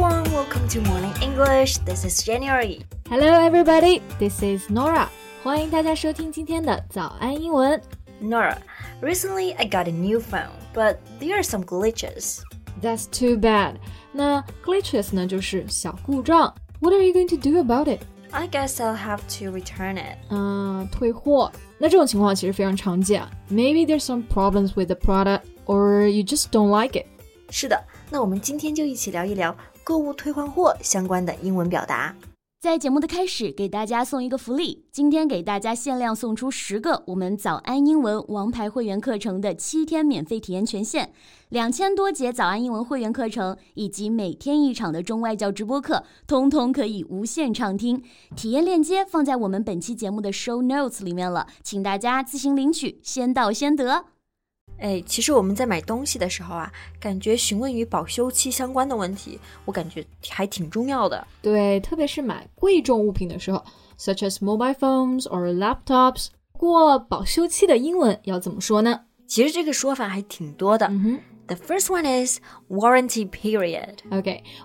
Welcome to Morning English. This is January. Hello, everybody. This is Nora. 欢迎大家收听今天的早安英文。 Nora, recently I got a new phone, but there are some glitches. That's too bad. 那 glitches 呢，就是小故障。What are you going to do about it? I guess I'll have to return it. 嗯，退货。那这种情况其实非常常见。Maybe there's some problems with the product, or you just don't like it. 是的，那我们今天就一起聊一聊购物退换货相关的英文表达。在节目的开始，给大家送一个福利。今天给大家限量送出十个我们早安英文王牌会员课程的七天免费体验权限，两千多节早安英文会员课程以及每天一场的中外教直播课，通通可以无限畅听。体验链接放在我们本期节目的 show notes 里面了，请大家自行领取，先到先得。哎，其实我们在买东西的时候啊，感觉询问与保修期相关的问题，我感觉还挺重要的。对，特别是买贵重物品的时候，such as mobile phones or laptops。不过保修期的英文要怎么说呢？其实这个说法还挺多的。嗯哼。 The first one is warranty period.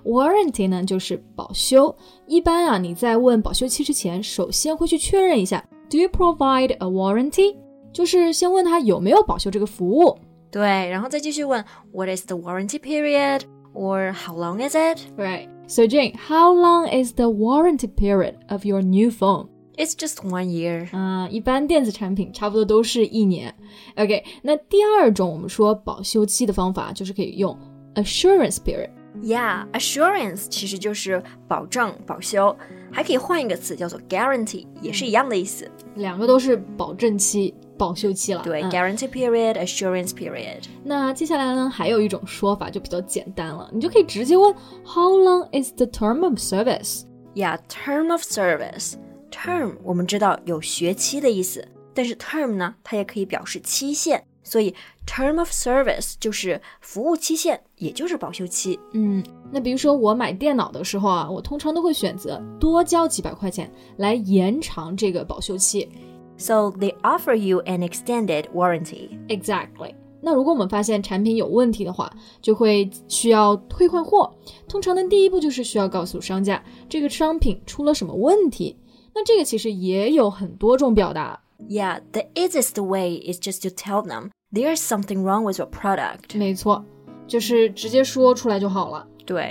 OK，warranty、呢就是保修。一般啊，你在问保修期之前，首先会去确认一下，Do you provide a warranty？就是先问他有没有保修这个服务。对，然后再继续问 What is the warranty period? Or how long is it? Right. So Jane, how long is the warranty period of your new phone？ It's just one year. 啊、一般电子产品差不多都是一年。OK，那第二种我们说保修期的方法就是可以用 assurance period。 Yeah, assurance 其实就是保证、保修，还可以换一个词叫做 guarantee，也是一样的意思。两个都是保证期、保修期了。对、嗯 g u a r a n t e e period, assurance period. 那接下来呢，还有一种说法就比较简单了，你就可以直接问 How long is the term of service？ Yeah, term of service. Term 我们知道有学期的意思，但是 term 呢，它也可以表示期限，所以 term of service 就是服务期限，也就是保修期。嗯，那比如说我买电脑的时候啊，我通常都会选择多交几百块钱来延长这个保修期。 So they offer you an extended warranty. Exactly。那如果我们发现产品有问题的话，就会需要退换货。通常的第一步就是需要告诉商家这个商品出了什么问题。那这个其实也有很多种表达， Yeah, the easiest way is just to tell them there's something wrong with your product. 没错，就是直接说出来就好了。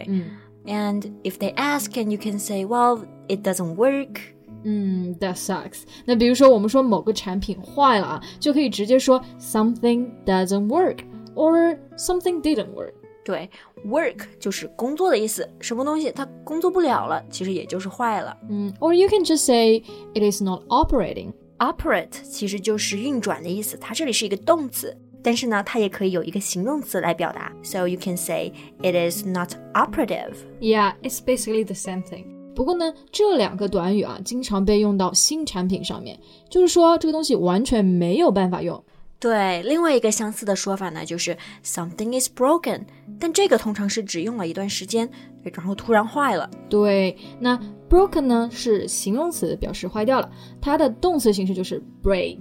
嗯 And if they ask and you can say, well, it doesn't work. 嗯，that sucks。那比如说我们说某个产品坏了啊，就可以直接说 something doesn't work or something didn't work。对，work 就是工作的意思，什么东西它工作不了了，其实也就是坏了。嗯，or you can just say it is not operating。 Operate 其实就是运转的意思，它这里是一个动词，但是呢，它也可以有一个形容词来表达。So you can say it is not operative. Yeah, it's basically the same thing。不过呢，这两个短语啊，经常被用到新产品上面，就是说这个东西完全没有办法用。对，另外一个相似的说法呢，就是 something is broken，但这个通常是只用了一段时间，对然后突然坏了。对，那 broken 呢是形容词，表示坏掉了，它的动词形式就是 break。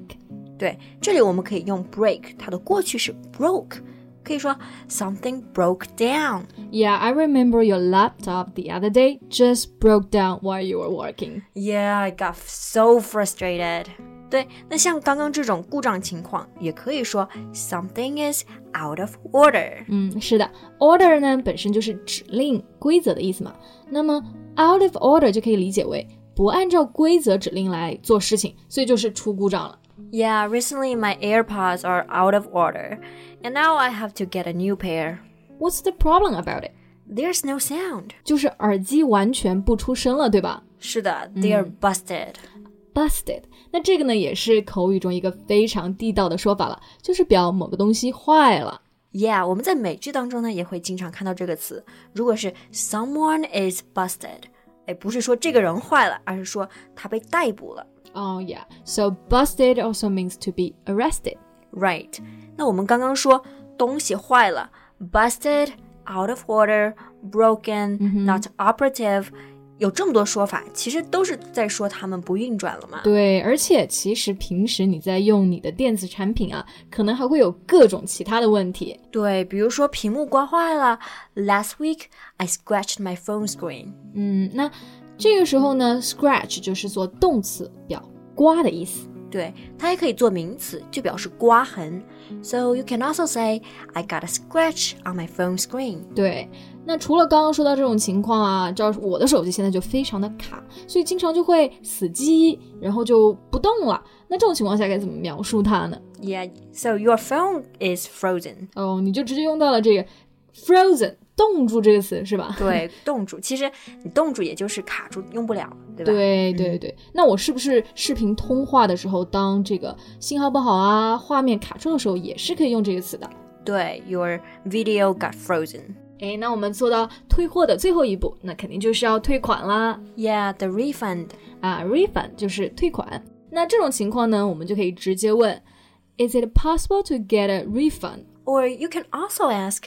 对，这里我们可以用 break，它的过去式 broke，可以说 something broke down。 Yeah, I remember your laptop the other day just broke down while you were working. Yeah, I got so frustrated. 对，那像刚刚这种故障情况，也可以说 something is out of order。嗯，是的，order 呢本身就是指令、规则的意思嘛。那么 out of order 就可以理解为不按照规则指令来做事情，所以就是出故障了。 Yeah, recently my AirPods are out of order, and now I have to get a new pair. What's the problem about it？ There's no sound. 就是耳机完全不出声了，对吧是的，they're busted. ？Busted。那这个呢也是口语中一个非常地道的说法了，就是表某个东西坏了。 Yeah，我们在美剧当中呢也会经常看到这个词。如果是 someone is busted，哎，不是说这个人坏了，而是说他被逮捕了。 Oh yeah. So busted also means to be arrested. Right？那我们刚刚说东西坏了，busted、out of order、broken、not operative，有这么多说法，其实都是在说他们不运转了嘛。对，而且其实平时你在用你的电子产品啊，可能还会有各种其他的问题。对，比如说屏幕刮坏了，Last week I scratched my phone screen。嗯，那这个时候呢，scratch 就是做动词，表刮的意思。对，它也可以做名词，就表示刮痕。So you can also say I got a scratch on my phone screen。对，那除了刚刚说到这种情况啊，照我的手机现在就非常的卡，所以经常就会死机，然后就不动了。那这种情况下该怎么描述它呢？ Yeah, so your phone is frozen。哦，你就直接用到了这个 frozen 冻住这个词是吧？对，冻住。其实你冻住也就是卡住，用不了，对吧？对嗯对对，那我是不是视频通话的时候，当这个信号不好啊，画面卡住的时候，也是可以用这个词的？对，Your video got frozen。哎，那我们做到退货的最后一步，那肯定就是要退款啦 Yeah, the refund。啊，refund 就是退款。那这种情况呢，我们就可以直接问，Is it possible to get a refund？ Or you can also ask,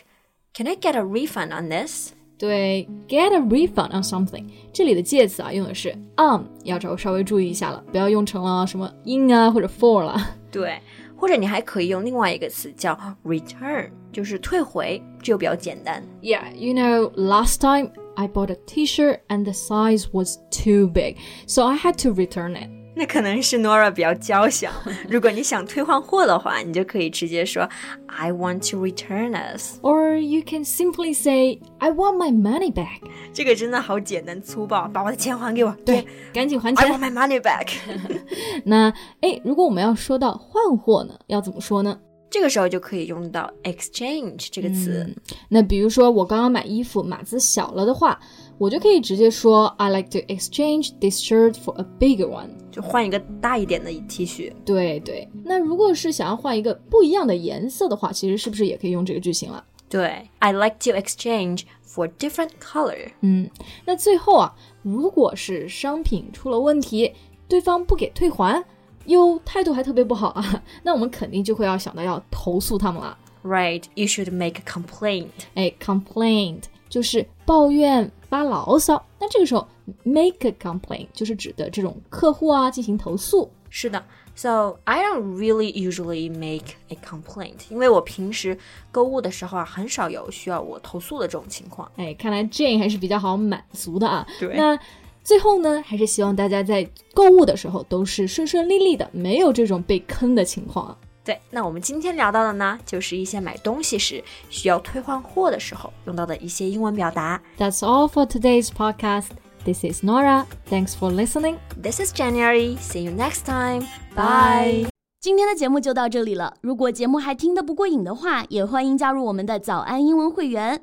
Can I get a refund on this? 对，get a refund on something，这里的介词啊用的是 on，要稍稍微注意一下了，不要用成了什么 in 啊或者 for 了。对，或者你还可以用另外一个词叫 return，就是退回，这就比较简单。 Yeah, you know, last time I bought a T-shirt and the size was too big, so I had to return it. 那可能是 Nora 比较娇小。如果你想退换货的话，你就可以直接说 I want to return us。 Or you can simply say, I want my money back. 这个真的好简单粗暴，把我的钱还给我。对，赶紧还，I want 钱。 my money back。那哎，如果我们要说到换货呢，要怎么说呢？这个时候就可以用到 exchange 这个词。嗯那比如说我刚刚买衣服码子小了的话，我就可以直接说 I like to exchange this shirt for a bigger one。就换一个大一点的 T 恤。对对，那如果是想要换一个不一样的颜色的话，其实是不是也可以用这个句型了？对，I like to exchange for different color。嗯，那最后啊，如果是商品出了问题，对方不给退还，又态度还特别不好啊， 那我们肯定就会要想到要投诉他们了。 Right, you should make a complaint. 哎，complaint 就是抱怨、发牢骚。那这个时候，make a complaint 就是指的这种客户啊进行投诉。是的，So I don't really usually make a complaint，因为我平时购物的时候啊，很少有需要我投诉的这种情况。哎，看来 Jane 还是比较好满足的啊。对那最后呢，还是希望大家在购物的时候都是顺顺利利的，没有这种被坑的情况啊。对，那我们今天聊到的呢，就是一些买东西时需要退换货的时候用到的一些英文表达。 That's all for today's podcast. This is Nora. Thanks for listening. This is January. See you next time. Bye. Bye 今天的节目就到这里了。如果节目还听得不过瘾的话，也欢迎加入我们的早安英文会员。